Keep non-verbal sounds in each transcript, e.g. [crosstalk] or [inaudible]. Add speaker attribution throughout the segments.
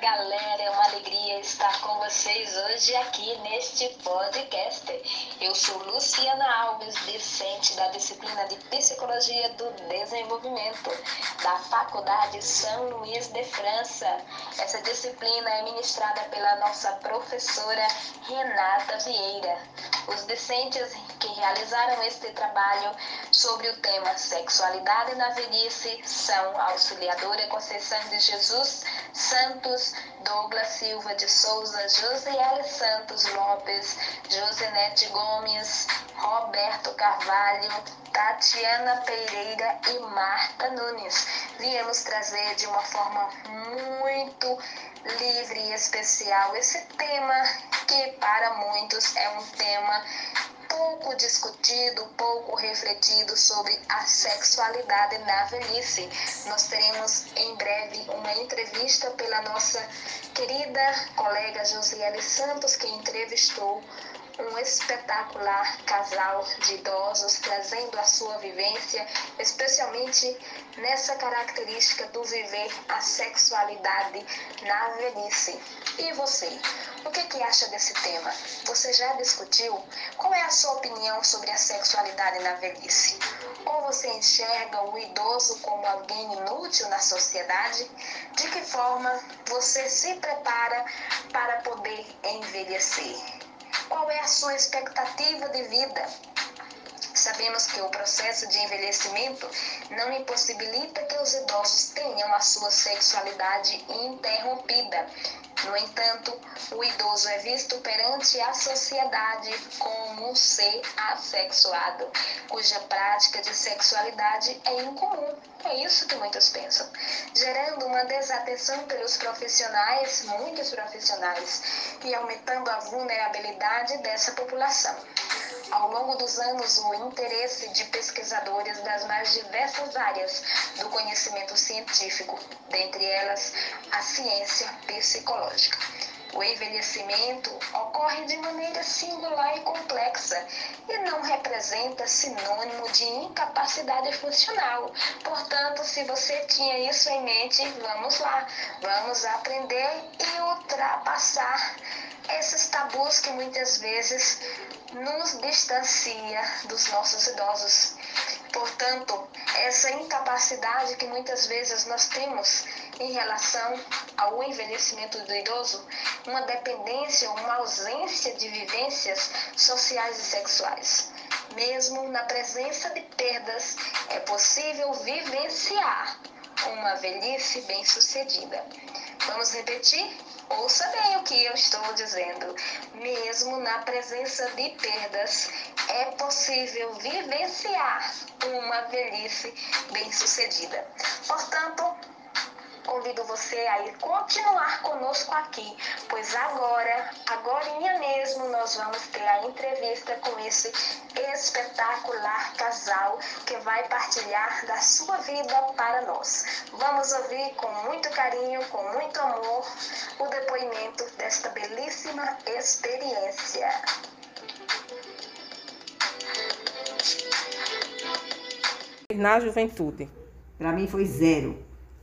Speaker 1: galera, é uma alegria estar com vocês hoje aqui neste podcast. Eu sou Luciana Alves Vicente, da disciplina de Psicologia do Desenvolvimento, da Faculdade São Luís de França. Essa disciplina é ministrada pela nossa professora Renata Vieira. Os discentes que realizaram este trabalho sobre o tema sexualidade na velhice são a auxiliadora Conceição de Jesus Santos, Douglas Silva de Souza, Josiele Santos Lopes, Josinete Gomes, Roberto Carvalho, Tatiana Pereira e Marta Nunes. Viemos trazer de uma forma muito livre e especial esse tema que para muitos é um tema pouco discutido, pouco refletido sobre a sexualidade na velhice. Nós teremos em breve uma entrevista pela nossa querida colega Josiele Santos, que entrevistou um espetacular casal de idosos trazendo a sua vivência, especialmente nessa característica do viver a sexualidade na velhice. E você, o que, que acha desse tema? Você já discutiu? Qual é a sua opinião sobre a sexualidade na velhice? Ou você enxerga o idoso como alguém inútil na sociedade? De que forma você se prepara para poder envelhecer? qual é a sua expectativa de vida. Sabemos que o processo de envelhecimento não impossibilita que os idosos tenham a sua sexualidade interrompida. No entanto, o idoso é visto perante a sociedade como um ser assexuado, cuja prática de sexualidade é incomum. É isso que muitos pensam, gerando uma desatenção pelos profissionais, muitos profissionais, e aumentando a vulnerabilidade dessa população. Ao longo dos anos, o interesse de pesquisadores das mais diversas áreas do conhecimento científico, dentre elas a ciência psicológica. O envelhecimento ocorre de maneira singular e complexa e não representa sinônimo de incapacidade funcional. Portanto, se você tinha isso em mente, vamos lá, vamos aprender e ultrapassar esses tabus que muitas vezes nos distancia dos nossos idosos. Portanto, essa incapacidade que muitas vezes nós temos em relação ao envelhecimento do idoso, uma dependência, uma ausência de vivências sociais e sexuais. Mesmo na presença de perdas, é possível vivenciar uma velhice bem-sucedida. Vamos repetir? Ouça bem o que eu estou dizendo. Mesmo na presença de perdas, é possível vivenciar uma velhice bem-sucedida. Portanto, convido você a ir continuar conosco aqui, pois agora, agora mesmo, nós vamos ter a entrevista com esse espetacular casal que vai partilhar da sua vida para nós. Vamos ouvir com muito carinho, com muito amor, o depoimento desta belíssima experiência.
Speaker 2: Na juventude.
Speaker 3: Para mim foi zero.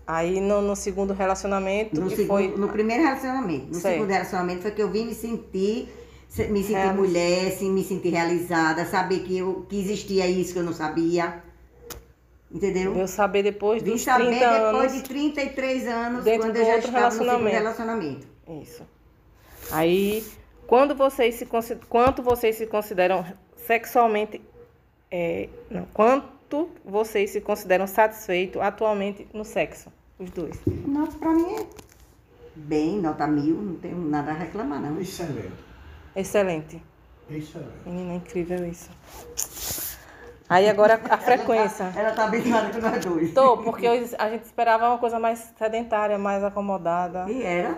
Speaker 2: Aí no, no, segundo relacionamento
Speaker 3: no
Speaker 2: que
Speaker 3: segundo,
Speaker 2: foi.
Speaker 3: No primeiro relacionamento. No
Speaker 2: Sei.
Speaker 3: segundo relacionamento foi que eu vim me sentir, se- me sentir
Speaker 2: Realiz-
Speaker 3: mulher, sim, me sentir realizada, saber que, eu, que existia isso que eu não sabia. Entendeu?
Speaker 2: Eu saber depois
Speaker 3: vim
Speaker 2: dos
Speaker 3: saber
Speaker 2: 30
Speaker 3: depois
Speaker 2: anos.
Speaker 3: de 33 anos,
Speaker 2: Dentro
Speaker 3: quando
Speaker 2: do
Speaker 3: eu já
Speaker 2: outro
Speaker 3: estava no segundo
Speaker 2: relacionamento.
Speaker 3: relacionamento.
Speaker 2: Isso. Aí, quando vocês se consi- quanto vocês se consideram sexualmente, é, não, quanto vocês se consideram satisfeitos atualmente no sexo, os dois?
Speaker 3: Não, pra mim é bem, nota mil, não tenho nada a reclamar, não.
Speaker 4: Excelente.
Speaker 2: Excelente.
Speaker 4: Excelente.
Speaker 2: Menina, é incrível isso. Aí agora a
Speaker 3: [laughs]
Speaker 2: frequência.
Speaker 3: Ela tá abençoada com nós dois.
Speaker 2: Tô, porque eu- a gente esperava uma coisa mais sedentária, mais acomodada.
Speaker 3: E era?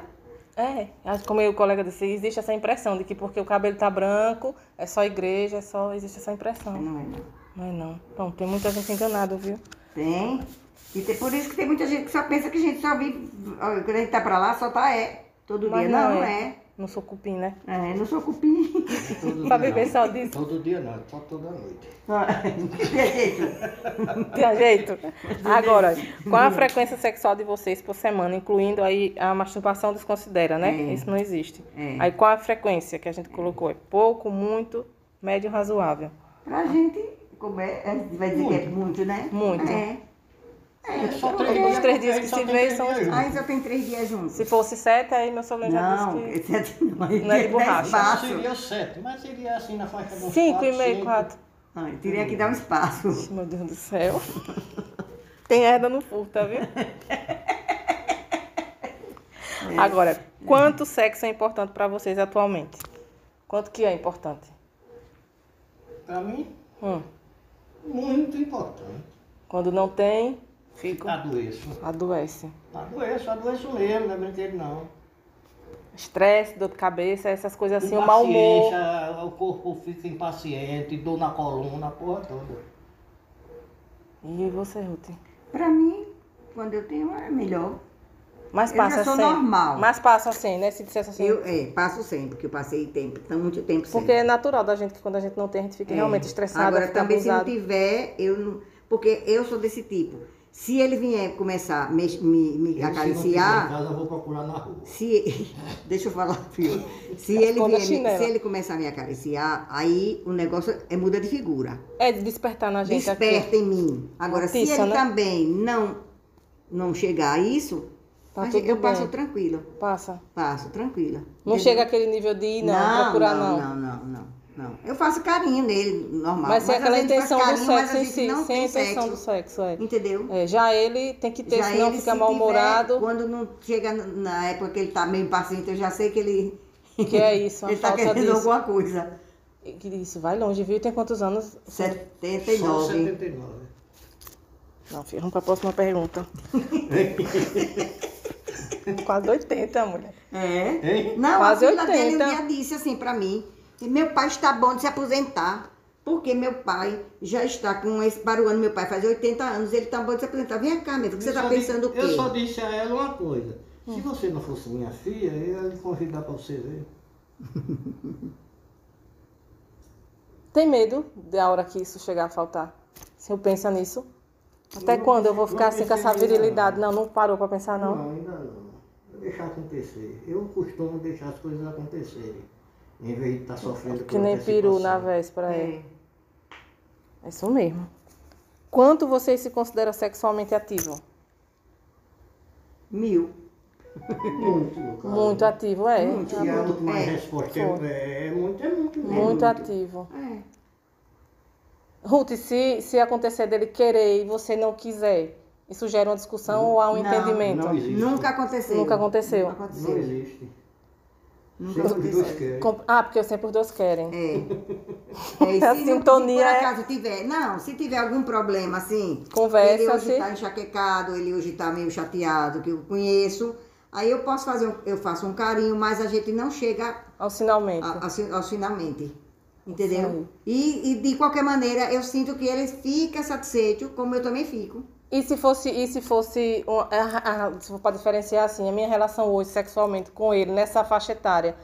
Speaker 2: É, acho que como o colega disse, existe essa impressão de que porque o cabelo tá branco, é só igreja, é só existe essa impressão.
Speaker 3: Não é, não.
Speaker 2: Mas não. Bom, tem muita gente enganada, viu?
Speaker 3: Tem. E tem, por isso que tem muita gente que só pensa que a gente só vive. ó, Quando a gente tá pra lá, só tá é. Todo
Speaker 2: Mas
Speaker 3: dia.
Speaker 2: não
Speaker 3: Não,
Speaker 2: é.
Speaker 3: é.
Speaker 2: Não sou cupim, né?
Speaker 3: É, não sou cupim. [laughs]
Speaker 4: Todo
Speaker 2: Pra
Speaker 4: dia
Speaker 2: viver
Speaker 4: não.
Speaker 2: só disso.
Speaker 4: Todo dia não, só toda noite.
Speaker 2: Tem jeito. Agora, qual a frequência sexual de vocês por semana, incluindo aí a masturbação desconsidera, né?
Speaker 3: É.
Speaker 2: Isso não existe.
Speaker 3: [laughs] É.
Speaker 2: Aí qual a frequência que a gente colocou? É pouco, muito, médio, razoável.
Speaker 3: Pra gente, como é, a gente vai dizer que é muito, né?
Speaker 2: Muito.
Speaker 3: É. É,
Speaker 4: Só
Speaker 3: porque-
Speaker 4: três
Speaker 2: Os
Speaker 4: dias- é,
Speaker 2: três dias que
Speaker 4: só
Speaker 2: se
Speaker 4: tem
Speaker 2: vê
Speaker 4: três
Speaker 2: são-
Speaker 4: dias.
Speaker 3: Aí só tem três dias juntos.
Speaker 2: Se fosse sete, aí meu sobrinho já
Speaker 3: Não,
Speaker 2: disse que...
Speaker 3: esse é- não,
Speaker 2: Não é
Speaker 3: [laughs]
Speaker 2: de borracha.
Speaker 3: espaço.
Speaker 4: Seria sete, mas seria assim na faixa dos
Speaker 2: Cinco
Speaker 4: quatro,
Speaker 2: e meio,
Speaker 4: cinco.
Speaker 2: quatro.
Speaker 3: Ai, teria que dar um espaço.
Speaker 2: Meu Deus do céu. Tem herda no furto, tá viu?
Speaker 3: É.
Speaker 2: Agora, quanto sexo é importante pra vocês atualmente? Quanto que é importante?
Speaker 4: Pra mim,
Speaker 2: Hum,
Speaker 4: muito importante.
Speaker 2: quando não tem, fico
Speaker 4: Adoeço.
Speaker 3: Ah.
Speaker 2: adoece.
Speaker 4: Adoeço, adoeço mesmo, não é brinquedo não.
Speaker 2: Estresse, dor de cabeça, essas coisas assim, o mau humor.
Speaker 4: Impaciência, O corpo fica impaciente, dor na coluna, a porra toda.
Speaker 2: E você, Ruth?
Speaker 3: Pra mim, quando eu tenho, é melhor.
Speaker 2: Mas
Speaker 3: Eu já
Speaker 2: passa
Speaker 3: sou
Speaker 2: assim.
Speaker 3: normal.
Speaker 2: Mas passa assim, né? Se dissesse assim.
Speaker 3: Eu é, passo sempre, porque eu passei tempo, tão muito tempo sem.
Speaker 2: Porque é natural da gente que quando a gente não tem, a gente fica
Speaker 3: É.
Speaker 2: realmente estressada,
Speaker 3: Agora,
Speaker 2: fica
Speaker 3: também
Speaker 2: abusada.
Speaker 3: se não tiver, eu não. Porque eu sou desse tipo. Se ele vier começar a mex- me, me
Speaker 4: Eu, se não tiver em
Speaker 3: acariciar,
Speaker 4: casa, eu vou procurar na rua.
Speaker 3: se. [laughs] Deixa eu falar, filho. Se ele,
Speaker 2: Esconda a
Speaker 3: vier, me-
Speaker 2: chinela.
Speaker 3: se ele começar a me acariciar, aí o negócio é, muda de figura.
Speaker 2: É de despertar na gente aqui.
Speaker 3: Desperta em mim. Agora, se
Speaker 2: Notícia,
Speaker 3: ele
Speaker 2: né?
Speaker 3: também não, não chegar a isso,
Speaker 2: Tá
Speaker 3: a gente-
Speaker 2: tudo
Speaker 3: eu passo
Speaker 2: bem.
Speaker 3: tranquila.
Speaker 2: Passa.
Speaker 3: Passo tranquila.
Speaker 2: Não
Speaker 3: Entendeu?
Speaker 2: chega aquele nível de ir, não, procurar, não.
Speaker 3: Não, não, não, não. Eu faço carinho nele, normal.
Speaker 2: Mas sem
Speaker 3: às
Speaker 2: aquela
Speaker 3: vezes faz
Speaker 2: intenção do
Speaker 3: carinho, mas
Speaker 2: sexo
Speaker 3: a
Speaker 2: em
Speaker 3: gente
Speaker 2: si,
Speaker 3: não
Speaker 2: sem a
Speaker 3: tem
Speaker 2: intenção do
Speaker 3: sexo.
Speaker 2: sexo, é.
Speaker 3: Entendeu?
Speaker 2: É, Já ele tem que ter, senão
Speaker 3: ele,
Speaker 2: fica
Speaker 3: se
Speaker 2: mal-humorado,
Speaker 3: tiver, Quando não chega na época que ele tá meio impaciente, eu já sei que ele.
Speaker 2: que é isso, a
Speaker 3: [laughs] ele tá
Speaker 2: falta
Speaker 3: querendo
Speaker 2: disso.
Speaker 3: alguma coisa.
Speaker 2: E que Isso vai longe, viu? Tem quantos anos?
Speaker 4: Só
Speaker 3: 79.
Speaker 4: 79.
Speaker 2: Não, filho, vamos pra próxima pergunta. Quase 80, mulher.
Speaker 3: É?
Speaker 4: Hein?
Speaker 3: Não,
Speaker 2: Quase
Speaker 3: a filha dele
Speaker 2: 80.
Speaker 3: um dia disse assim pra mim: que meu pai está bom de se aposentar. Porque meu pai já está com esse barulho, meu pai faz 80 anos, ele tá bom de se aposentar. Vem cá, meu filho, você
Speaker 4: Eu
Speaker 3: tá
Speaker 4: só di-
Speaker 3: pensando o quê?
Speaker 4: Eu só disse a ela uma coisa.
Speaker 2: Hum.
Speaker 4: Se você não fosse minha filha, eu ia lhe convidar pra você ver.
Speaker 2: Tem medo da hora que isso chegar a faltar? Se eu penso nisso? Até quando eu vou ficar assim com essa virilidade? Não, não parou pra pensar, Ah, não.
Speaker 4: ainda não. Vou deixar acontecer. Eu costumo deixar as coisas acontecerem. Em vez de estar sofrendo
Speaker 2: É Que nem peru na
Speaker 4: velha.
Speaker 2: véspera. É.
Speaker 3: É.
Speaker 2: é isso mesmo. Quanto vocês se consideram sexualmente ativo?
Speaker 3: Mil.
Speaker 4: Muito, no caso. né?
Speaker 2: Muito ativo, é.
Speaker 3: Muito.
Speaker 4: E a última
Speaker 3: É.
Speaker 4: resposta
Speaker 2: Foi.
Speaker 4: é, é muito, é muito. mesmo.
Speaker 2: Muito ativo.
Speaker 3: É.
Speaker 2: Ruth, se, se acontecer dele querer e você não quiser, isso gera uma discussão ou há um
Speaker 3: Não,
Speaker 2: entendimento?
Speaker 4: não existe.
Speaker 3: Nunca aconteceu.
Speaker 2: Nunca aconteceu.
Speaker 3: Nunca
Speaker 4: Não
Speaker 3: aconteceu.
Speaker 4: existe.
Speaker 3: Nunca
Speaker 4: Sempre os dois
Speaker 3: aconteceu.
Speaker 4: querem.
Speaker 2: Com- Ah, porque sempre os dois querem.
Speaker 3: É.
Speaker 2: [laughs]
Speaker 3: e
Speaker 2: A
Speaker 3: se não-
Speaker 2: sintonia
Speaker 3: Se por
Speaker 2: é-
Speaker 3: acaso tiver. Não, se tiver algum problema assim.
Speaker 2: Conversa,
Speaker 3: Ele hoje tá-
Speaker 2: se-
Speaker 3: está enxaquecado, ele hoje está meio chateado, que eu conheço. Aí eu posso fazer, um- eu faço um carinho, mas a gente não chega
Speaker 2: Ao sinalmente.
Speaker 3: a- assim- ao finalmente.
Speaker 2: Sim.
Speaker 3: Entendeu? E, e de qualquer maneira, eu sinto que ele fica satisfeito, como eu também fico.
Speaker 2: E se fosse, e se fosse, um- a- a- se for para diferenciar assim, a minha relação hoje sexualmente com ele nessa faixa etária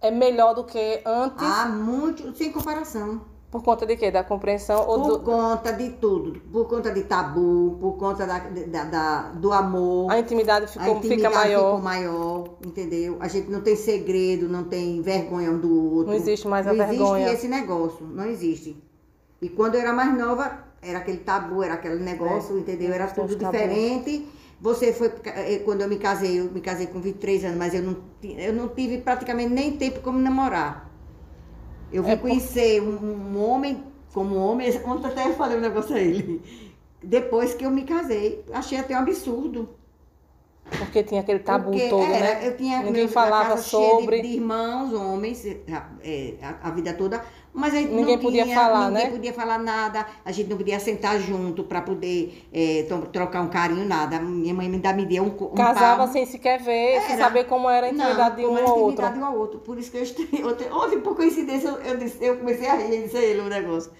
Speaker 2: é melhor do que antes
Speaker 3: Há muito, sem comparação.
Speaker 2: por conta de quê? Da compreensão ou
Speaker 3: Por
Speaker 2: do
Speaker 3: conta de tudo, por conta de tabu, por conta da, da- da- do amor.
Speaker 2: a intimidade
Speaker 3: A
Speaker 2: ficou fica
Speaker 3: intimidade
Speaker 2: maior,
Speaker 3: ficou maior, entendeu? A gente não tem segredo, não tem vergonha um do outro.
Speaker 2: não existe mais a
Speaker 3: Não
Speaker 2: vergonha.
Speaker 3: existe esse negócio, não existe. E quando eu era mais nova, era aquele tabu, era aquele
Speaker 2: É,
Speaker 3: negócio, entendeu? Era
Speaker 2: Tem os
Speaker 3: tudo
Speaker 2: tabus.
Speaker 3: diferente. Você foi. eh, Quando eu me casei, eu me casei com 23 anos, mas eu não, ti- eu não tive praticamente nem tempo como namorar. Eu vim
Speaker 2: É por-
Speaker 3: conhecer um, um homem, como homem, [laughs] ontem até eu falei um negócio a ele. Depois que eu me casei, achei até um absurdo.
Speaker 2: Porque tinha aquele tabu
Speaker 3: Porque
Speaker 2: todo,
Speaker 3: era,
Speaker 2: né?
Speaker 3: Eu tinha
Speaker 2: Ninguém
Speaker 3: minha
Speaker 2: falava
Speaker 3: casa cheia de-
Speaker 2: sobre.
Speaker 3: De, irmãos, homens, é, é, a, a vida toda. Mas a gente não
Speaker 2: Ninguém podia
Speaker 3: tinha-
Speaker 2: falar, né?
Speaker 3: Ninguém podia falar nada. A gente não podia sentar junto para poder é, to- trocar um carinho, nada. Minha mãe ainda me deu um, co- um
Speaker 2: Casava
Speaker 3: pau.
Speaker 2: sem sequer ver, sem
Speaker 3: Era.
Speaker 2: saber como era a intimidade de
Speaker 3: como
Speaker 2: um
Speaker 3: era
Speaker 2: ao outro.
Speaker 3: intimidade um ao outro. Por isso que eu estudei. Ontem, ontem, por coincidência, eu, eu disse- eu comecei a rir, eu disse a ele um negócio.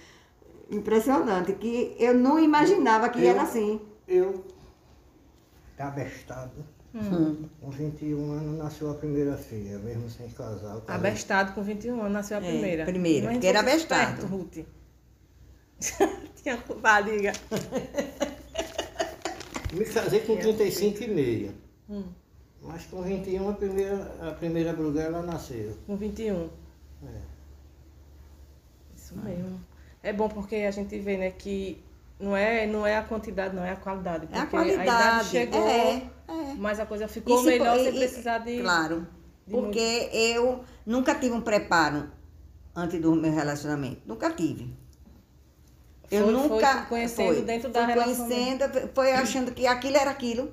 Speaker 3: Impressionante, que eu não imaginava que
Speaker 4: Eu-
Speaker 3: era assim.
Speaker 4: Eu, abestado,
Speaker 3: Hum.
Speaker 4: Com 21 anos nasceu a primeira filha, mesmo sem casar. eu casei.
Speaker 2: Abestado com 21 anos, nasceu a
Speaker 3: É,
Speaker 2: primeira.
Speaker 3: primeira,
Speaker 2: Mas
Speaker 3: porque era
Speaker 2: você é
Speaker 3: abestado.
Speaker 2: esperto, Ruth. [laughs] Tinha barriga.
Speaker 4: Me casei com 35 e meia.
Speaker 2: Hum.
Speaker 4: Mas com 21 a primeira, a primeira bruguela nasceu.
Speaker 2: Com 21.
Speaker 4: É.
Speaker 2: Isso mesmo. É bom porque a gente vê, né, que não é, não é a quantidade, não, é a qualidade.
Speaker 3: É a
Speaker 2: Porque
Speaker 3: qualidade.
Speaker 2: a idade chegou,
Speaker 3: É, é.
Speaker 2: mas a coisa ficou
Speaker 3: se
Speaker 2: melhor
Speaker 3: po-
Speaker 2: sem
Speaker 3: e- e-
Speaker 2: precisar de.
Speaker 3: Claro.
Speaker 2: de
Speaker 3: Porque eu nunca tive um preparo antes do meu relacionamento. Nunca tive. Eu
Speaker 2: Foi- foi
Speaker 3: nunca.
Speaker 2: conhecendo dentro da
Speaker 3: fui
Speaker 2: relação mesmo.
Speaker 3: Conhecendo, foi achando que aquilo era aquilo,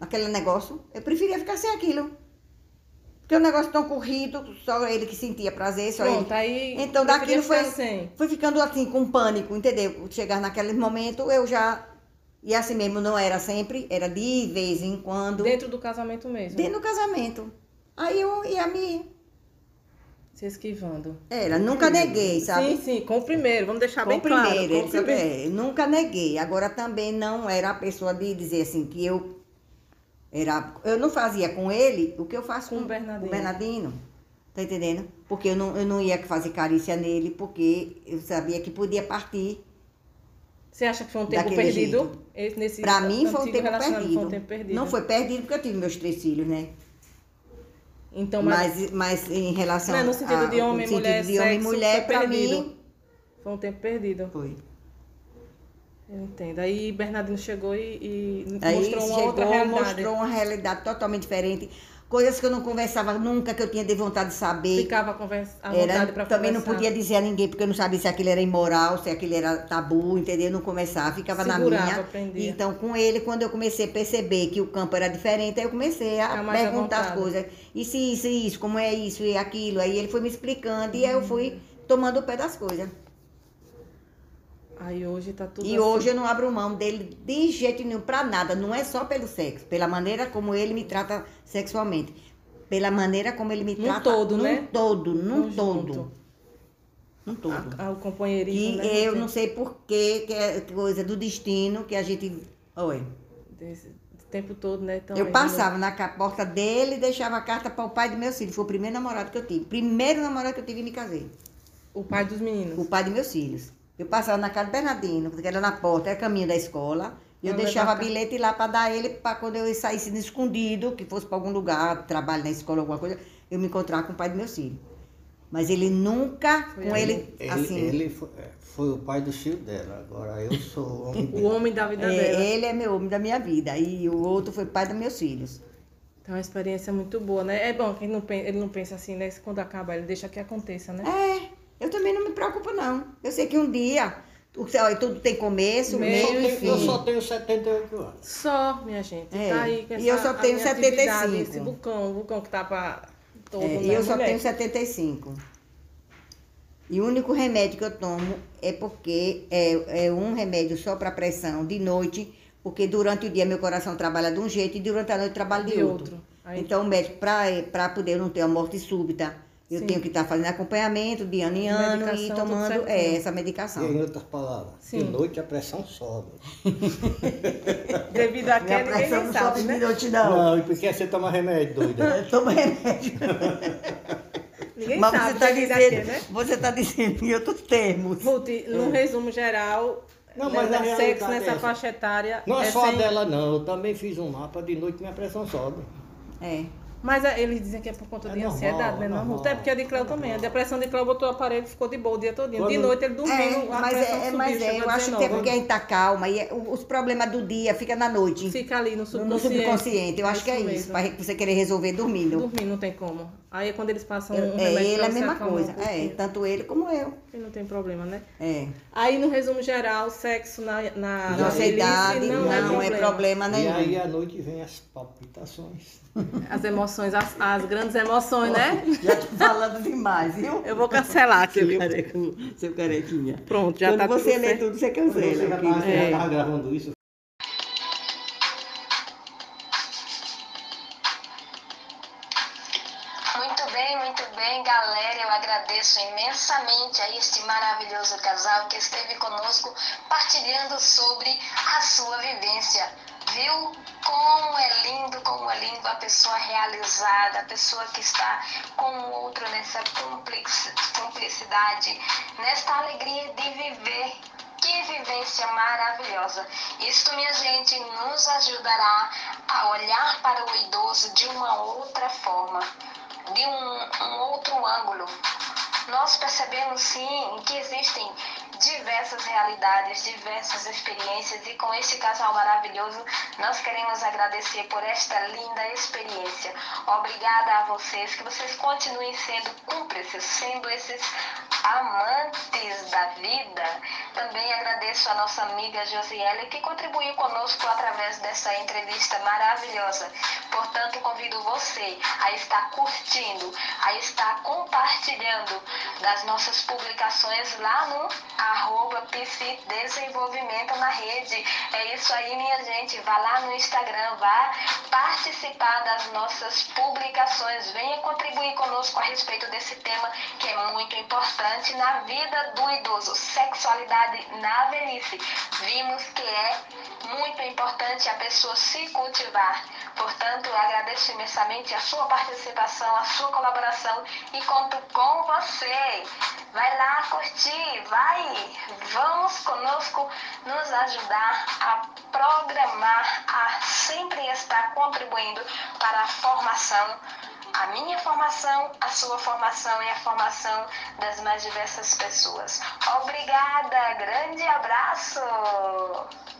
Speaker 3: aquele negócio. Eu preferia ficar sem aquilo. Porque o negócio tão corrido, só ele que sentia prazer, só ele.
Speaker 2: Pronto, é. aí.
Speaker 3: Então
Speaker 2: eu
Speaker 3: daquilo
Speaker 2: queria
Speaker 3: foi,
Speaker 2: ficar Sem.
Speaker 3: foi ficando assim com pânico, entendeu? Chegar naquele momento eu já e assim mesmo não era sempre, era de vez em quando, dentro,
Speaker 2: Dentro do casamento mesmo.
Speaker 3: do casamento. Aí eu ia me
Speaker 2: Se esquivando.
Speaker 3: era, nunca neguei, sabe?
Speaker 2: Sim, sim, com o primeiro, vamos deixar
Speaker 3: Com
Speaker 2: bem
Speaker 3: o primeiro,
Speaker 2: claro. com o
Speaker 3: ele sabe,
Speaker 2: primeiro.
Speaker 3: é, nunca neguei. Agora também não era a pessoa de dizer assim que eu era, eu não fazia com ele o que eu faço
Speaker 2: Com
Speaker 3: com,
Speaker 2: o Bernardino.
Speaker 3: o Bernardino. Tá entendendo? Porque eu não, eu não ia fazer carícia nele, porque eu sabia que podia partir
Speaker 2: Você acha que foi um tempo
Speaker 3: Daquele
Speaker 2: perdido? Esse- Nesse
Speaker 3: Pra mim foi um
Speaker 2: antigo
Speaker 3: tempo
Speaker 2: relacionamento,
Speaker 3: perdido.
Speaker 2: Foi um tempo perdido.
Speaker 3: Não foi perdido porque eu tive meus três filhos, né?
Speaker 2: Então, mas,
Speaker 3: mas, mas em relação
Speaker 2: Não é no sentido de homem,
Speaker 3: no
Speaker 2: mulher,
Speaker 3: sentido de homem e
Speaker 2: sexo,
Speaker 3: mulher,
Speaker 2: foi
Speaker 3: pra
Speaker 2: perdido.
Speaker 3: mim
Speaker 2: foi um tempo perdido.
Speaker 3: foi.
Speaker 2: Eu entendo. Aí Bernardino chegou e, e
Speaker 3: Aí
Speaker 2: mostrou uma
Speaker 3: chegou,
Speaker 2: outra realidade.
Speaker 3: É mostrou uma realidade totalmente diferente, coisas que eu não conversava nunca, que eu tinha de vontade de saber.
Speaker 2: Ficava a conversa, à
Speaker 3: um Era,
Speaker 2: vontade pra
Speaker 3: também não
Speaker 2: conversar.
Speaker 3: podia dizer a ninguém, porque eu não sabia se aquilo era imoral, se aquilo era tabu, entendeu? Não conversava, ficava
Speaker 2: Segurava,
Speaker 3: na minha.
Speaker 2: aprendia.
Speaker 3: Então, com ele, quando eu comecei a perceber que o campo era diferente, aí eu comecei a
Speaker 2: Ficar mais à
Speaker 3: perguntar as
Speaker 2: vontade.
Speaker 3: coisas. Isso, isso, isso, como é isso e aquilo. Aí ele foi me explicando
Speaker 2: Uhum.
Speaker 3: e aí eu fui tomando o pé das coisas.
Speaker 2: Aí hoje tá tudo
Speaker 3: e
Speaker 2: assim.
Speaker 3: hoje eu não abro mão dele de jeito nenhum, pra nada. Não é só pelo sexo, pela maneira como ele me trata sexualmente. Pela maneira como ele me
Speaker 2: Num
Speaker 3: trata.
Speaker 2: todo,
Speaker 3: num
Speaker 2: né?
Speaker 3: todo, num
Speaker 2: Conjunto.
Speaker 3: todo. Num todo.
Speaker 2: Ah, o companheirismo,
Speaker 3: Que
Speaker 2: né?
Speaker 3: eu não sei porquê, que é coisa do destino, que a gente. Oi.
Speaker 2: Desse, o tempo todo, né? Também,
Speaker 3: Eu passava na ca- porta dele e deixava a carta para o pai do meu filho. Foi o primeiro namorado que eu tive. Primeiro namorado que eu tive e me casei.
Speaker 2: O pai dos
Speaker 3: O
Speaker 2: meninos.
Speaker 3: pai de meus filhos. Eu passava na casa do Bernardino, que era na porta, era caminho da escola. E eu
Speaker 2: Pra levar
Speaker 3: deixava
Speaker 2: a carta.
Speaker 3: bilhete lá para dar ele, para quando eu saísse escondido, que fosse para algum lugar, trabalho na escola, alguma coisa, eu me encontrar com o pai do meus filhos. Mas ele nunca,
Speaker 2: Foi
Speaker 3: com
Speaker 2: aí.
Speaker 3: ele,
Speaker 4: Ele,
Speaker 3: assim.
Speaker 4: ele foi, é, foi o pai do filho dela, agora eu
Speaker 2: [laughs]
Speaker 4: sou o homem
Speaker 2: O
Speaker 4: dele.
Speaker 2: homem da vida
Speaker 3: É,
Speaker 2: dela.
Speaker 3: ele é meu homem da minha vida e o outro foi pai dos meus filhos.
Speaker 2: Então, é uma experiência muito boa, né? É bom que ele não, pen- ele não pensa assim, né? Quando acaba, ele deixa que aconteça, né?
Speaker 3: É, eu também não me preocupo não. Eu sei que um dia o céu aí tudo tem começo,
Speaker 2: Meio
Speaker 3: meio,
Speaker 4: Eu
Speaker 3: e
Speaker 4: só tenho-
Speaker 3: fim.
Speaker 2: é
Speaker 4: Eu só tenho 78 anos.
Speaker 2: Só, minha gente.
Speaker 3: É.
Speaker 2: Tá aí com
Speaker 3: E eu
Speaker 2: essa-
Speaker 3: só
Speaker 2: a
Speaker 3: tenho
Speaker 2: minha atividade,
Speaker 3: 75.
Speaker 2: Esse vulcão, o vulcão que tá pra todo,
Speaker 3: É,
Speaker 2: né,
Speaker 3: e eu só
Speaker 2: mulher?
Speaker 3: tenho 75. E o único remédio que eu tomo é porque é, é um remédio só para pressão de noite, porque durante o dia meu coração trabalha de um jeito e durante a noite trabalha de,
Speaker 2: De
Speaker 3: outro.
Speaker 2: outro. Aí-
Speaker 3: Então o médico, para poder não ter a morte súbita, eu
Speaker 2: Sim.
Speaker 3: tenho que estar fazendo acompanhamento de ano em ano
Speaker 2: Medicação,
Speaker 3: e
Speaker 2: tudo
Speaker 3: tomando
Speaker 2: certinho.
Speaker 3: é, essa
Speaker 4: E em
Speaker 3: medicação.
Speaker 4: outras palavras, de
Speaker 2: Sim.
Speaker 4: noite a pressão sobe.
Speaker 2: [laughs] Devido a que ninguém nem sabe, né?
Speaker 3: noite,
Speaker 4: Não, e por que você toma remédio, doida?
Speaker 2: É,
Speaker 3: Toma remédio.
Speaker 2: Ninguém
Speaker 3: Mas
Speaker 2: sabe
Speaker 3: você está
Speaker 2: devido a
Speaker 3: dizendo,
Speaker 2: quê, né?
Speaker 3: você tá dizendo em É. outros termos.
Speaker 2: Ruth, num resumo geral,
Speaker 4: Não, mas
Speaker 2: né,
Speaker 4: na
Speaker 2: sexo
Speaker 4: realidade
Speaker 2: nessa
Speaker 4: é essa.
Speaker 2: faixa etária.
Speaker 4: [laughs] Não é,
Speaker 2: é
Speaker 4: só a
Speaker 2: sem-
Speaker 4: dela, não. Eu também fiz um mapa, de noite minha pressão sobe.
Speaker 3: É.
Speaker 2: Mas é, eles dizem que é por conta
Speaker 4: É
Speaker 2: de
Speaker 4: normal,
Speaker 2: ansiedade, né?
Speaker 4: é
Speaker 2: Não, Ruth?
Speaker 4: normal.
Speaker 2: É porque a de Cléo também. A depressão de Cléo botou o aparelho e ficou de boa o dia todinho. De
Speaker 4: Quando-
Speaker 2: noite ele dormiu,
Speaker 3: É,
Speaker 2: a
Speaker 3: mas
Speaker 2: pressão
Speaker 3: é, é,
Speaker 2: subiu,
Speaker 3: mas é,
Speaker 2: chegou
Speaker 3: eu
Speaker 2: a né?
Speaker 3: acho que é
Speaker 2: 19.
Speaker 3: porque a gente tá calma e é- o- os problemas do dia fica na noite.
Speaker 2: Fica ali no
Speaker 3: no,
Speaker 2: subconsciente.
Speaker 3: no subconsciente. Eu acho que é isso.
Speaker 2: mesmo.
Speaker 3: Para você querer resolver dormindo.
Speaker 2: Dormir não tem como. Aí quando eles passam um
Speaker 3: é
Speaker 2: remédio
Speaker 3: ele
Speaker 2: pra
Speaker 3: é a
Speaker 2: você
Speaker 3: mesma
Speaker 2: acalmar um
Speaker 3: coisa. é,
Speaker 2: pouquinho,
Speaker 3: tanto ele como eu.
Speaker 2: que não tem problema, né?
Speaker 3: É.
Speaker 2: Aí no resumo geral, sexo na, na, na
Speaker 3: Nossa
Speaker 2: velhice
Speaker 3: idade
Speaker 2: não,
Speaker 3: não,
Speaker 2: é,
Speaker 3: é problema
Speaker 4: E
Speaker 3: nenhum.
Speaker 4: aí à noite vem as palpitações.
Speaker 2: As emoções, as, as grandes emoções, né?
Speaker 3: [laughs] Já tô falando demais, viu?
Speaker 2: Eu vou cancelar aqui, viu?
Speaker 3: careca, seu carequinha.
Speaker 2: Pronto, já
Speaker 3: Quando
Speaker 2: tá
Speaker 3: você
Speaker 2: tudo
Speaker 3: lê
Speaker 2: certo.
Speaker 3: tudo, você
Speaker 4: Você já
Speaker 3: cancela.
Speaker 4: estava
Speaker 3: filho.
Speaker 2: É.
Speaker 4: gravando isso?
Speaker 1: Muito bem, muito bem, galera. Eu agradeço imensamente a este maravilhoso casal que esteve conosco partilhando sobre a sua vivência. Viu como é lindo, como é lindo a pessoa realizada, a pessoa que está com o outro nessa complexi- cumplicidade, nesta alegria de viver. Que vivência maravilhosa! Isto, minha gente, nos ajudará a olhar para o idoso de uma outra forma, de um, um outro ângulo. Nós percebemos sim que existem diversas realidades, diversas experiências e com esse casal maravilhoso nós queremos agradecer por esta linda experiência. Obrigada a vocês, que vocês continuem sendo cúmplices, sendo esses amantes da vida. Também agradeço a nossa amiga Josiele que contribuiu conosco através dessa entrevista maravilhosa. Portanto, convido você a estar curtindo, a estar compartilhando das nossas publicações lá no arroba PC Desenvolvimento na rede. É isso aí, minha gente. Vá lá no Instagram, vá participar das nossas publicações. Venha contribuir conosco a respeito desse tema que é muito importante na vida do idoso. Sexualidade na velhice. Vimos que é muito importante a pessoa se cultivar. Portanto, eu agradeço imensamente a sua participação, a sua colaboração e conto com você. Vai lá curtir, vai! Vamos conosco nos ajudar a programar, a sempre estar contribuindo para a formação, a minha formação, a sua formação e a formação das mais diversas pessoas. Obrigada, grande abraço!